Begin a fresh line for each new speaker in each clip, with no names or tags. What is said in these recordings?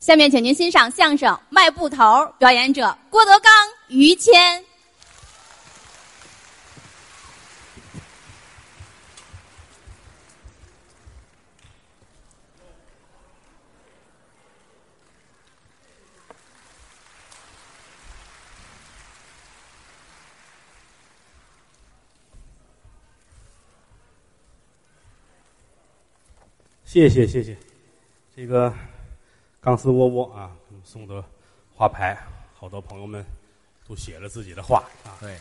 下面，请您欣赏相声《卖布头》，表演者郭德纲、于谦。
谢谢谢谢，这个钢丝窝窝啊，给我们送的花牌，好多朋友们都写了自己的话啊，
对，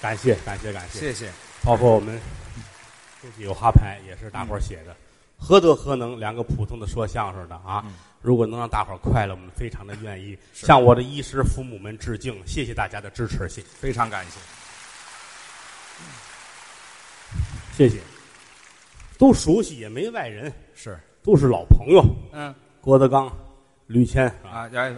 感谢感谢感谢，
哎谢谢，
包括我们自己有花牌也是大伙儿写的，何德何能，两个普通的说相声的啊，如果能让大伙儿快乐，我们非常的愿意
是
向我的衣食父母们致敬，谢谢大家的支持，谢
非常感谢。
谢谢，都熟悉也没外人，
是，
都是老朋友，
嗯
郭德纲、吕谦啊。
啊，哎，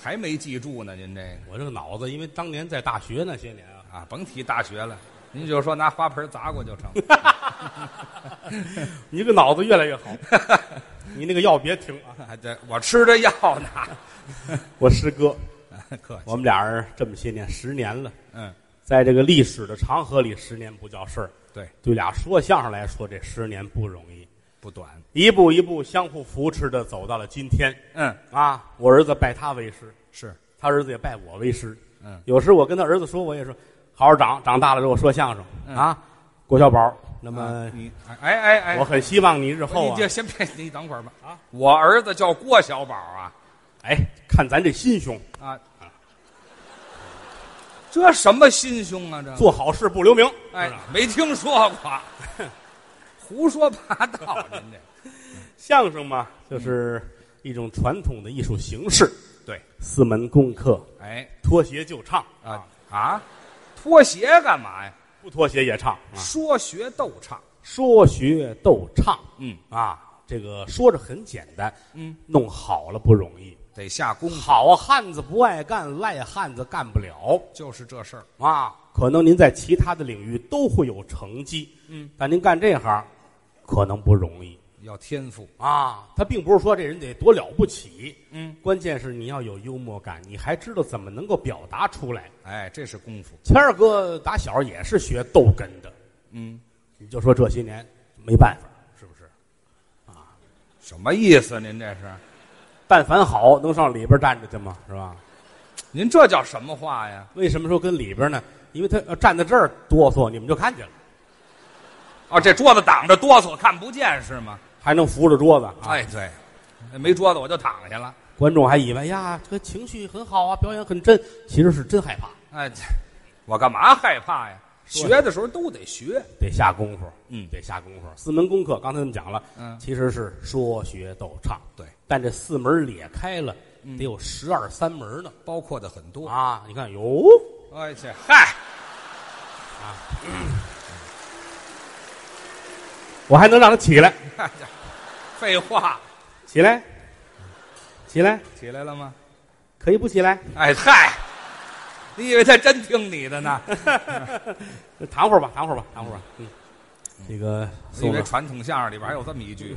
还没记住呢，您这个
我这个脑子，因为当年在大学那些年啊，
啊，甭提大学了，您就说拿花盆砸过就成。
你这个脑子越来越 好，你那个药别停啊！
啊对，我吃着药呢，
我师哥，
客气。
我们俩人这么些年，十年了，
嗯，
在这个历史的长河里，十年不叫事儿。
对，
对俩说相声来说，这十年不容易，
不短。
一步一步相互扶持的走到了今天
嗯，
啊！我儿子拜他为师，
是，
他儿子也拜我为师。
嗯，
有时我跟他儿子说，我也说，好好长，长大了之后说相声、
嗯
啊，郭小宝。那么
啊，你哎哎哎，
呃我很希望嗯你日后
你
啊
就，先别，你等会儿吧。
啊，
我儿子叫郭小宝啊
哎，看咱这心胸，
啊，这什么心胸啊？这
做好事不留名。
哎
是吧，
没听说过，胡说八道，您这
相声嘛，就是一种传统的艺术形式，
对，
四门功课，
哎
脱鞋就唱
啊，啊，脱鞋干嘛呀？
不脱鞋也唱啊，
说学逗唱，
说学逗唱
嗯，
啊，这个说着很简单，
嗯，
弄好了不容易。
得下功夫，
好汉子不爱干，赖汉子干不了
就是这事儿。
啊。可能您在其他的领域都会有成绩，
嗯，
但您干这行可能不容易
要天赋，
啊。他并不是说这人得多了不起，
嗯，
关键是你要有幽默感，你还知道怎么能够表达出来。
哎，这是功夫，
谦儿哥打小也是学逗哏的，
嗯，
你就说这些年没办法，是不是？
什么意思？您这是，
但凡好能上里边站着去吗？是吧？
您这叫什么话呀？
为什么说跟里边呢？因为他要站在这儿哆嗦，你们就看见了，
哦，这桌子挡着哆嗦，看不见是吗？
还能扶着桌子啊！
哎，对，没桌子我就躺下了。
观众还以为呀，这个情绪很好啊，表演很真，其实是真害怕，
哎，这我干嘛害怕呀？
说
学的时候都得学，
得下功夫，
嗯
得下功夫。四门功课，刚才我们讲了，
嗯
其实是说学逗唱，
对，
但这四门裂开了，
嗯哦
得有十二三门呢
包括的很多。
啊！你看，哟，
哎，这嗨，
我还能让他起来，
哎这废话，
起来，起来，
起来了吗？
可以不起 来？
哎嗨，你以为他真听你 的呢？
躺会儿吧，躺会儿吧，躺会儿吧。嗯，这个
因
送
为
了，
传统相声里边还有这么一句，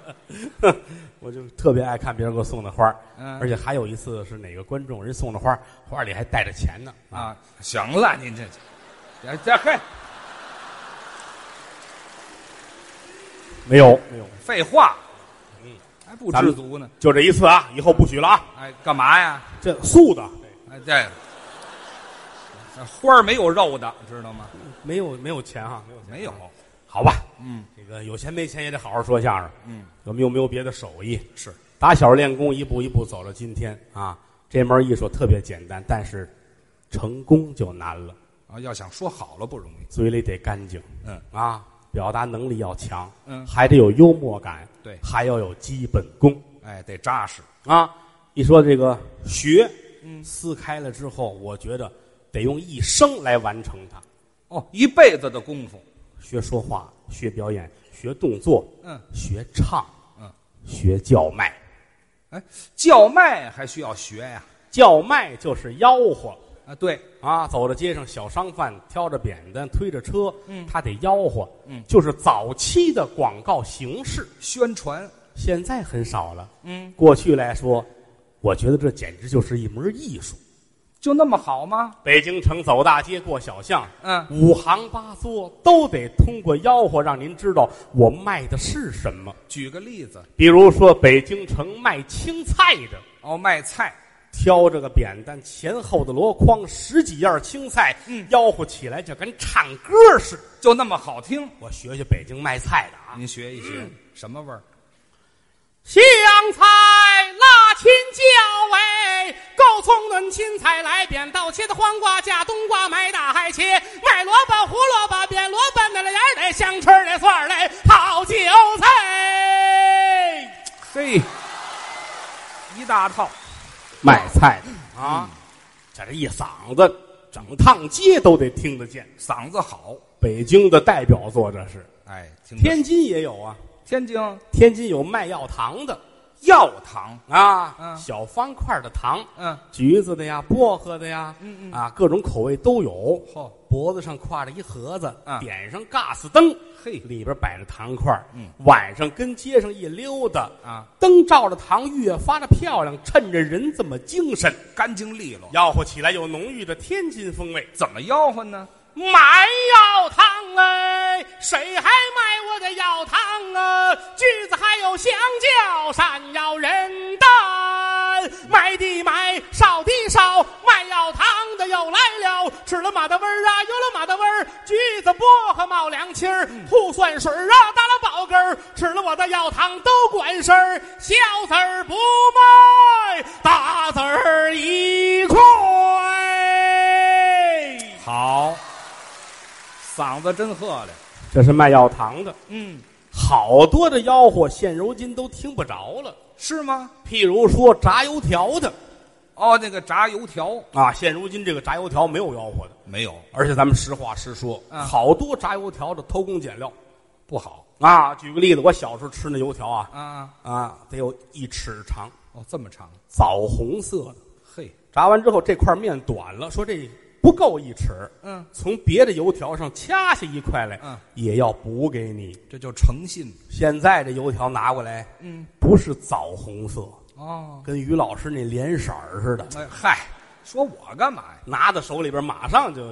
我就特别爱看别人给我送的花儿
嗯
而且还有一次是哪个观众人送的花儿花儿里还带着钱呢
啊，行了，您这哎这这嘿，
没有，没有，
废话，
嗯，
还不
咱
知
们
足呢？
就这一次啊，以后不许了啊！
哎，干嘛呀？
这素的，
哎，这花儿没有肉的，知道吗？
没有没有钱哈，没有钱
没有，
好吧？
嗯
这个有钱没钱也得好好说相声。
嗯，
我们又没有别的手艺，
是
打小练功，一步一步走到今天啊。这门艺术特别简单，但是成功就难了，
啊，要想说好了不容易。
嘴里得干净。
嗯
啊，表达能力要强，
嗯
还得有幽默感，
对
还要有基本功
哎，得扎实。
啊。一说这个学，
嗯
撕开了之后，我觉得得用一生来完成它。
哦，一辈子的功夫。
学说话，学表演，学动作，
嗯，
学唱，
嗯，
学叫卖。
哎，叫卖还需要学呀、
叫卖就是吆喝
啊？对，
啊，走在街上，小商贩挑着扁担，推着车，
嗯
他得吆喝，
嗯
就是早期的广告形式。
宣传
现在很少了。
嗯，
过去来说，我觉得这简直就是一门艺术。
就那么好吗？
北京城走大街过小巷，
嗯，
五行八作都得通过吆喝让您知道我卖的是什么。
举个例子，
比如说，北京城卖青菜的，
哦，卖菜，
挑着个扁担，前后的箩筐，十几样青菜，
嗯
吆喝起来就跟唱歌似的。
就那么好听。
我学学北京卖菜的啊，
您学一学，什么味儿？
香菜、辣青椒，哎，够葱嫩青菜来扁豆，茄子、黄瓜、架冬瓜，买大海茄，卖萝卜、胡萝卜、扁萝卜，那了芽儿嘞，香椿儿嘞，蒜儿嘞，好韭菜。
嘿，一大套，
卖菜的啊，这这一嗓子，整趟街都得听得见。
嗓子好。
北京的代表作这是，
哎，听着
天津也有啊，
天津
天津有卖药糖的
药堂，
啊，
嗯
小方块的糖，
嗯，
橘子的呀，薄荷的呀，
嗯嗯
啊，各种口味都有。
嚯
脖子上挎着一盒子，
嗯
点上 gas 灯，
嘿
里边摆着糖块儿。
嗯
晚上跟街上一溜达，
啊，
灯照着糖越发的漂亮，趁着人这么精神，
干净利落。
吆喝起来有浓郁的天津风味。
怎么吆喝呢？
买药汤哎，谁还卖我的药汤啊？橘子还有香蕉，山药人丹，买的买，少的少，卖药汤的又来了，吃了马的味儿啊，有了马的味儿，橘子、薄荷冒凉气儿，醋蒜水儿啊，打了饱嗝儿，啊吃了我的药汤都管事儿，小字儿不卖，大字儿一块。
好，嗓子真喝亮。
这是卖药糖的，
嗯，
好多的吆喝，现如今都听不着了。
是吗？
譬如说炸油条的
哦，那个炸油条
啊，现如今这个炸油条没有吆喝的，
没有，
而且咱们实话实说，
嗯
好多炸油条的偷工减料
不好
啊。举个例子，我小时候吃那油条啊，
啊。
啊，得有一尺长，
哦，这么长，
枣红色的。
嘿，
炸完之后，这块面短了，说这不够一尺，
嗯，
从别的油条上掐下一块来，
嗯，
也要补给你。
这就诚信。
现在这油条拿过来，
嗯，
不是枣红色，
哦，
跟于老师那脸色儿似的，
哎嗨，说我干嘛呀？
拿到手里边马上就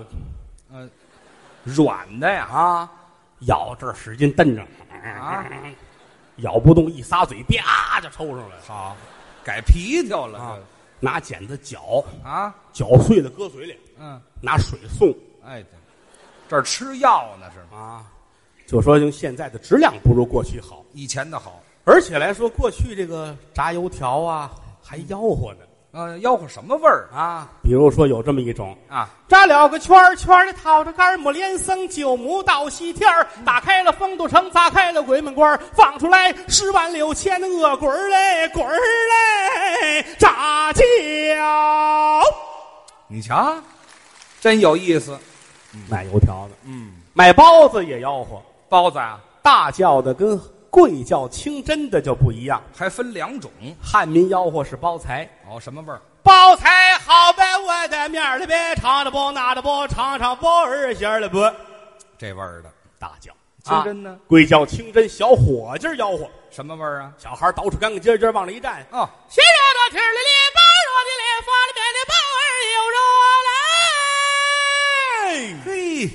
呃，软的呀
啊，咬这儿使劲蹬着，
啊，
咬不动，一撒嘴，啪就抽上来了
好，改皮条了
啊
这。
拿剪子绞，
个啊，
绞碎了搁嘴里，
嗯，
拿水送
哎，这这儿吃药呢是吗？
啊。就说用现在的质量不如过去好，
以前的好，
而且来说，过去这个炸油条啊还吆喝呢
呃，吆喝什么味儿
啊。比如说有这么一种，
啊？
扎了个圈儿，圈儿里套着杆儿，抹莲僧，九母到西天儿，打开了丰都城，砸开了鬼门关儿，放出来十万六千的恶鬼儿嘞，鬼儿嘞，炸叫！
你瞧，真有意思。
卖油条的，
嗯，
卖包子也吆喝，
包子啊，
大叫的跟贵叫清真的就不一样。
还分两种。
汉民吆喝是包财，
哦，什么味儿？
包菜好白我的面儿了呗，尝着不拿着不，尝尝包儿馅儿了不，
这味儿的。
大叫。
清真呢
啊？贵叫清真，小伙计儿吆喝，
什么味儿啊？
小孩捯饬干干净净往里一站，
哦，
谁让这天儿里咧包肉的咧发了面的包儿有肉来。
嘿，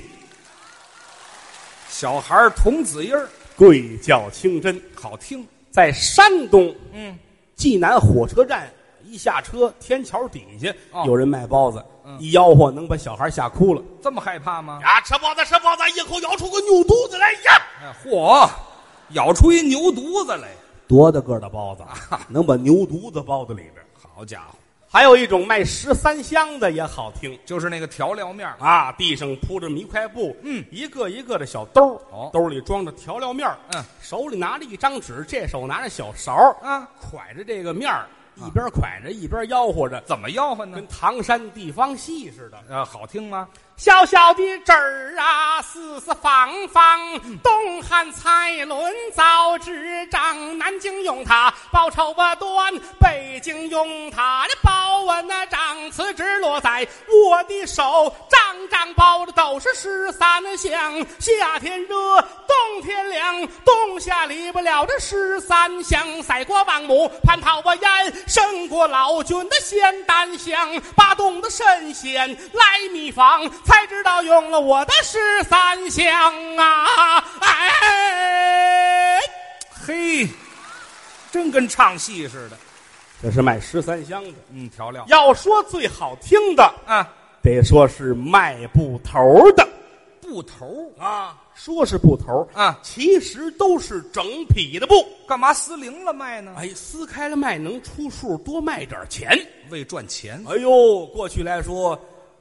小孩儿童子音儿
贵叫清真，
好听。
在山东
嗯，
济南火车站一下车，天桥底下、
哦
有人卖包子，
嗯
一吆喝能把小孩吓哭了。
这么害怕吗？
呀，啊吃包子吃包子，一口咬出个牛犊子来呀！
哎嚯，咬出一牛犊子来！
多大个儿的包子，啊能把牛犊子包在里边。
好家伙，
还有一种卖十三香的也好听
就是那个调料面儿
啊，地上铺着米块布，
嗯
一个一个的小兜儿
哦
兜里装着调料面儿
嗯，
手里拿着一张纸，这手拿着小勺，
啊，
蒯着这个面儿，一边蒯着一边吆喝着，
怎么吆喝呢
跟？唐山地方戏似的。
呃，好听吗？
小小的纸儿啊，四四方方。东汉蔡伦造纸张，南京用它包绸啊端，北京用它的包啊那张。此纸落在我的手，张胀包的都是十三香，夏天热，冬天凉，冬夏离不了这十三香。赛过王母蟠桃啊宴，胜过老君的仙丹香，巴东的神仙来秘方，才知道用了我的十三香啊！哎，
嘿，真跟唱戏似的。
这是卖十三香的。
嗯，调料
要说最好听的，
啊，
得说是卖布头的
布头
啊。说是布头
啊，
其实都是整匹的布。
干嘛撕零了卖呢？
哎，撕开了卖能出数，多卖点钱。
为赚钱。
哎呦，过去来说，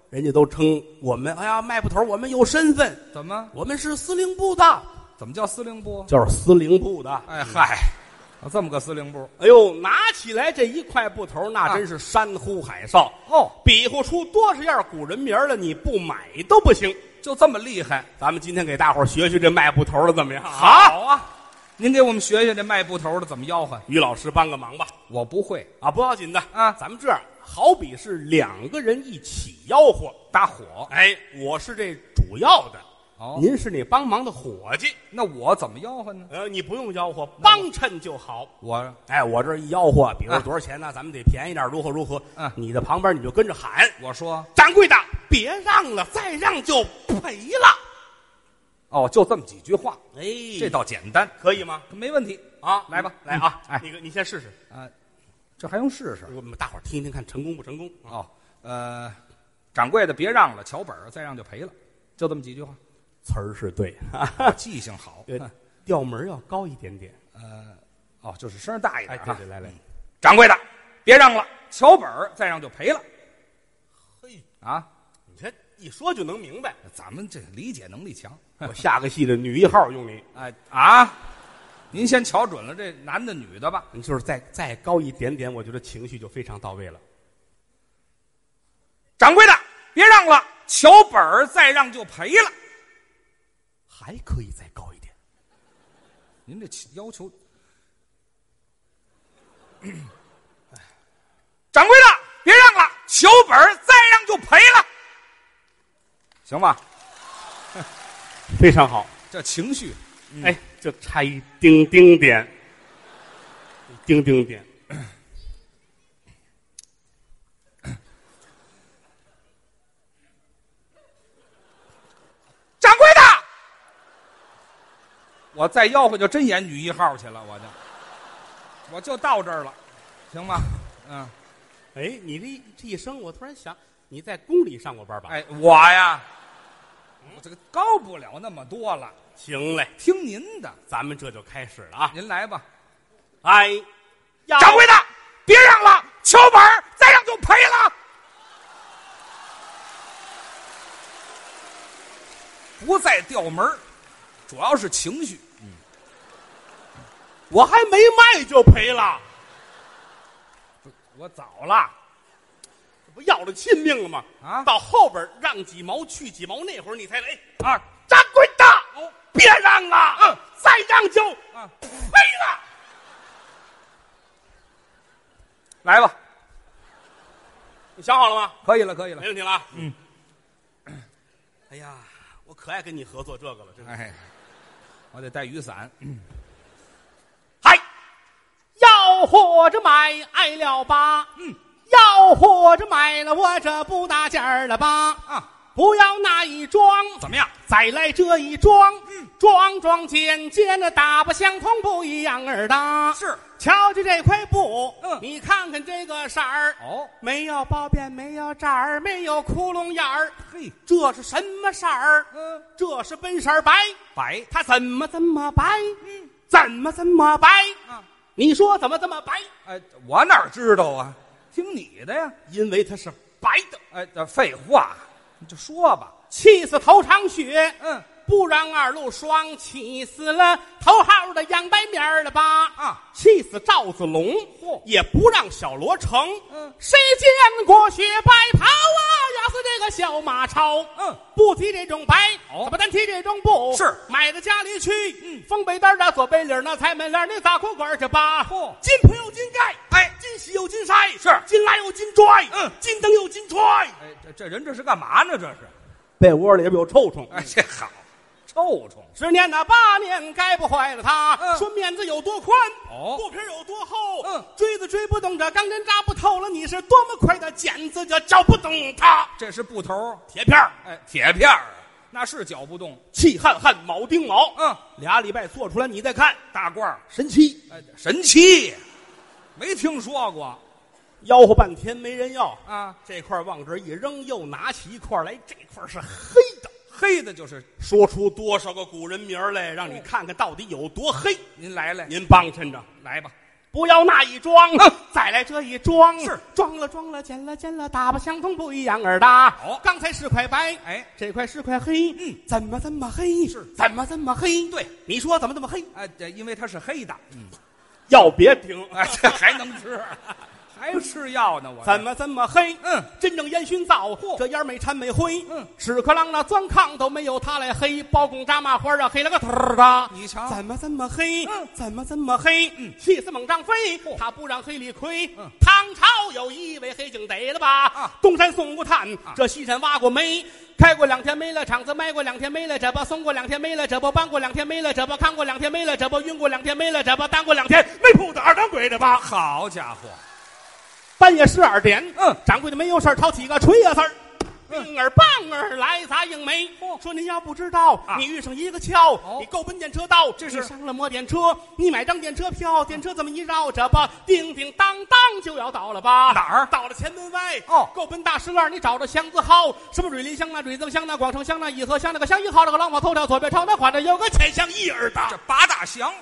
人家都称我们，哎呀，卖布头，我们有身份，
怎么
我们是司令部的，
怎么叫司令部？
就是司令部的。
哎嗨，啊这么个司令部
哎呦，拿起来这一块布头，那真是山呼海啸，
哦，
比划出多少样古人名了，你不买都不行。
就这么厉害。
咱们今天给大伙儿学学这卖布头的怎么样？
好啊，您给我们学学这卖布头的怎么吆喝？
于老师帮个忙吧。
我不会，
啊，不要紧的
啊
咱们这样，好比是两个人一起吆喝，
搭伙。
哎，我是这主要的，
哦，
您是你帮忙的伙计，
那我怎么吆喝呢？
呃，你不用吆喝，帮衬就好。
我
哎，我这一吆喝，比如
啊
说多少钱呢、咱们得便宜点，如何如何？
嗯
你的旁边你就跟着喊，
我说
掌柜的，别让了，再让就赔了。
哦，就这么几句话，
哎，
这倒简单，
可以吗？
没问题
啊，
来吧
来啊，
哎
那个你先试试，
啊。这还用试试？
我们大伙儿听听看成功不成功啊？
哦，呃，掌柜的别让了，瞧本儿，再让就赔了，就这么几句话，嗯
词儿是对，
我啊记性好。
呃，调门儿要高一点点。
呃，哦，就是声儿大一
哎，
点
对
啊。
对，来来，
掌柜的，别让了，瞧本儿，再让就赔了
嘿，
啊。
你这一说就能 明白。
咱们这理解能力强。
我下个戏的女一号用你，
哎啊，您先瞧准了这男的女的吧。
你就是再再高一点点，我觉得情绪就非常到位了。
掌柜的，别让了，瞧本儿，再让就赔了。
还可以再高一点，
您这起要求， 掌柜的，别让了，瞧本儿，再让就赔了，行吧？
非常好。
这情绪，
哎，就差一丁丁点，一丁丁点。
掌柜的，我再吆喝就真演女一号去了，我就，我就到这儿了，行吗？嗯，
哎，你这这一生，我突然想，你在宫里上过班吧？，
哎，我呀，我这个高不了那么多了，
行嘞，
听您的，
咱们这就开始了啊！
您来吧。
哎，呀
掌柜的，别让了，敲板儿再让就赔了。不再调门儿主要是情绪。
我还没卖就赔了，
我早了，
这不要了亲命了吗？
啊
到后边让几毛去几毛，那会儿你才来。
二
掌柜的，别让了，
哦嗯
再让就
啊，
赔了。
来吧，
你想好了吗？
可以了，可以了
没。问题了。嗯。哎呀，我可爱跟你合作这个了，真是。
哎，我得带雨伞。
嗨，吆喝着买挨了吧，嗯，吆喝着买了我这不搭价儿了吧，
啊，
不要那一桩，
怎么样？嗯
再来这一桩，桩桩尖尖的打不相同，不一样儿的。
是
瞧瞧这块布，
嗯
你看看这个色儿，
哦，
没有包边，没有褶儿，没有窟窿眼儿，
嘿，
这是什么色儿？
嗯，
这是本色儿白，
白
它怎么这么白？嗯，怎么这么白？
啊，
你说怎么这么白？
哎，我哪知道啊？听你的呀。
因为它是白的，
哎，这废话，你就说吧。
气死头场雪。
嗯，
不让二路霜，气死了头号的杨白面儿了吧？
啊，
气死赵子龙，
嚯
也不让小罗成。
嗯
谁见过雪白袍啊？要死这个小马超。
嗯，
不提这种白，
哦
咱不单提这种布。
是
买到家里去，嗯，风被单儿的左背领儿那菜门帘儿那大裤管儿去吧。
嚯
金铺有金盖，
哎
金喜有金筛，
是
金来有金拽，
嗯
金灯有金踹。
哎，这这人这是干嘛呢？这是
被窝里边有臭虫。
哎，这好，臭虫
十年呐八年，该不坏了它。
嗯
说面子有多宽，
哦
肚皮儿有多厚，
嗯
锥子锥不动它，钢针扎不透了。你是多么快的剪子，就绞不动它。
这是布头儿
铁片儿，
哎，铁片儿，那是搅不动。
气焊焊铆钉铆，
嗯，
俩礼拜做出来，你再看
大褂儿，
神奇，
哎，神器，没听说过
吆喝半天没人要。
啊。
这块儿往这儿一扔，又拿起一块儿来，这块儿是黑的。
黑的就是
说出多少个古人名儿来，让
嗯
你看看到底有多黑。
您来来，
您帮衬着，
来吧，
不要那一装，
嗯
再来这一装，
是
装了装了，捡了捡了，打吧相同不一样儿的。
好
刚才是块白，
哎
这块是块黑，嗯，怎么这么黑？
是
怎么这么黑？
对，
你说怎么这么黑？
哎，这因为它是黑的，
要别停，
哎，这还能吃， 还吃药呢？我
怎么这么黑？
嗯，
真正烟熏灶，
嚯
这烟儿没掺没灰，
嗯，
屎壳郎那钻炕都没有它来黑，包公扎麻花啊黑了个头儿的。
你瞧，
怎么这么黑？
嗯
怎么这么黑？
嗯
气死猛张飞，
嚯
他不让黑里亏。
嗯
唐朝有一位黑警逮了吧？
啊
东山送过炭，
啊
这西山挖过煤。开过两天没了厂子，卖过两天没了这不，送过两天没了这不，搬过两天没了这不，看过两天没了这不，晕过两天没了这不，当过两天没铺子二当鬼的吧？
好家伙，
半夜十二点，
嗯
掌柜的没有事儿掏起个锤呀、啊、丝儿。硬儿棒儿来砸硬梅，说您要不知道，
哦啊
你遇上一个桥，
哦
你够奔电车道，
这是哦
你上了摸电车，你买张电车票，电车这么一绕着吧，叮叮当当就要到了吧？
哪儿
到了前门外
哦
够奔大石栏，你找着箱子号，什么水林香那水增香那广城香那颐和香那个香一号那个浪花头条左边朝南缓着有个浅香一儿的，
这八大祥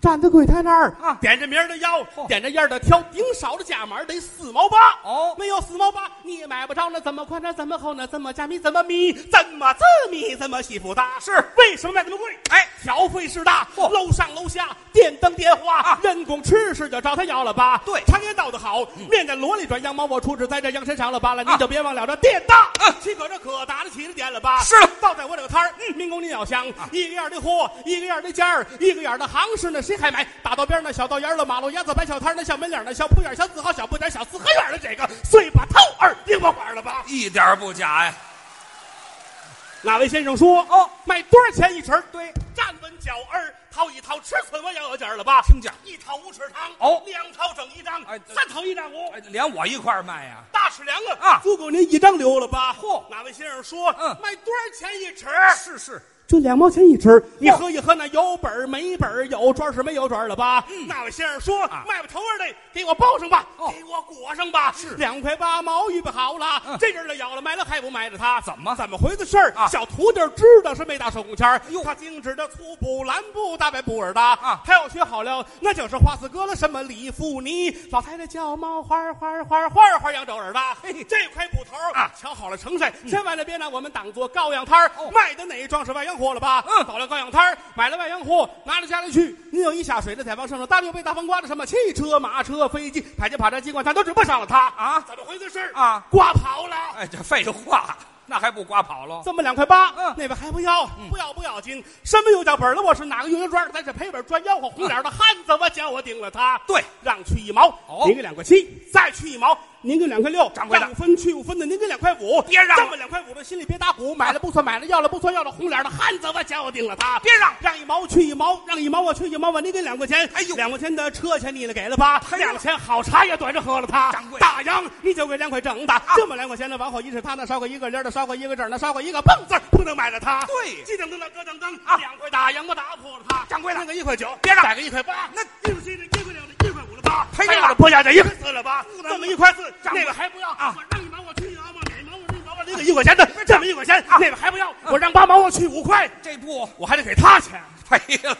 站在柜台那儿
啊
点着名儿的要，
嚯
点着样儿的挑，顶少的价码儿得四毛八。
哦
没有四毛八你也买不着呢，怎么宽呢？怎么厚呢？怎么加密？怎么米？怎么这米？怎么西服大？
是
为什么卖那么贵？
哎，
调费是大，
嚯
楼上楼下电灯电话，
啊
人工吃是就找他要了吧？
对嗯
常言道得好，面在箩里转，羊毛我出只在这羊身上了吧了，您
啊
就别忘了这店大
嗯，
岂可这可打得起的店了吧？
是了啊
倒在我这个摊儿，嗯，民工您要想，一个样儿的货，一个样儿的价儿，一个样儿的行市呢，谁还买？大道边儿那小道沿儿了，马路牙子摆小摊儿，那小门脸儿那小铺眼儿、小字号、小不点儿、小四合院儿的这个碎把头儿，你我管了吧？
一点儿不假呀。
哪位先生说，
哦，
卖多少钱一尺儿？
对，
站稳脚儿，掏一掏，吃寸我要有儿了吧？
听讲，
一掏五尺汤，
哦
两掏整一张，
哎
三掏一丈五。
哎连我一块儿卖呀？
大尺量啊
啊
足够您一张留了吧？
嚯
哪位先生说，
嗯
卖多少钱一尺？
是是，
就两毛钱一尺，你
嚯
喝一喝那有本儿没本儿，有砖是没有砖了吧？那位先生说，
嗯啊
卖不头儿的，给我包上吧，
哦
给我裹上吧，
是
两块八毛预备好了，
嗯
这人儿了咬了埋了还不埋着他，怎
么
怎么回的事儿？
啊
小徒弟儿知道是没打手工钱儿，他精致的粗布、蓝布、大白布耳的
啊
他要学好了，那就是花丝疙瘩什么李富尼，老太太叫猫花儿花儿花儿花儿花儿扬州耳的，这块布头儿
啊
瞧好了成色，千万的别拿我们当做羔羊摊儿
哦
卖的哪一桩是外洋货了吧？
嗯
搞了羔羊摊儿，买了外洋货，拿到家里去，您有一下水的，再往上上，大溜背、大风刮的什么汽车、马车、飞机、排机、跑车、机关枪都指不上了它
啊
怎么回事是
啊，
刮跑了。
哎，这废话，那还不刮跑喽？
这么两块八，
嗯
那边还不要，不要不要紧。什么又叫本了？我是哪个用油砖？咱是赔本赚吆喝，红脸的汉子，我叫我顶了他。
对，
让去一毛，
哦
您给两块七，再去一毛，您给两块六。
掌柜的
让五分去五分的，您给两块五，
别让
这么两块五的心里别打鼓，买了不算，买了要了不算，要了红脸的汉子，我叫我顶了他。
别让
让一毛去一毛，让一毛我去一毛，我您给两块钱，
哎呦
两块钱的车钱你了给了吧？
哎呀
两钱好茶也短着喝了它。
掌柜啊
大洋你就给两块整的，这么两块钱的往后一是他那烧个一个零的，烧个一个整的，烧个一个蹦字儿不能买了它。
对
鸡噔噔的咯噔噔啊，两块大洋我打破了它。
掌柜的
那个一块九，
别让
再个一块八，
那
一块七的一块六的一块五的八，
赔
还
了
有了，破下去一块四了八，这么一块四，
掌柜
那个还不要
啊
我让一毛我去一毛嘛，哪毛我去一毛嘛，那个一块钱的，这么一块钱，
啊
那个还不要，我让八毛我去五块，
这不
我还得给他钱。
赔了。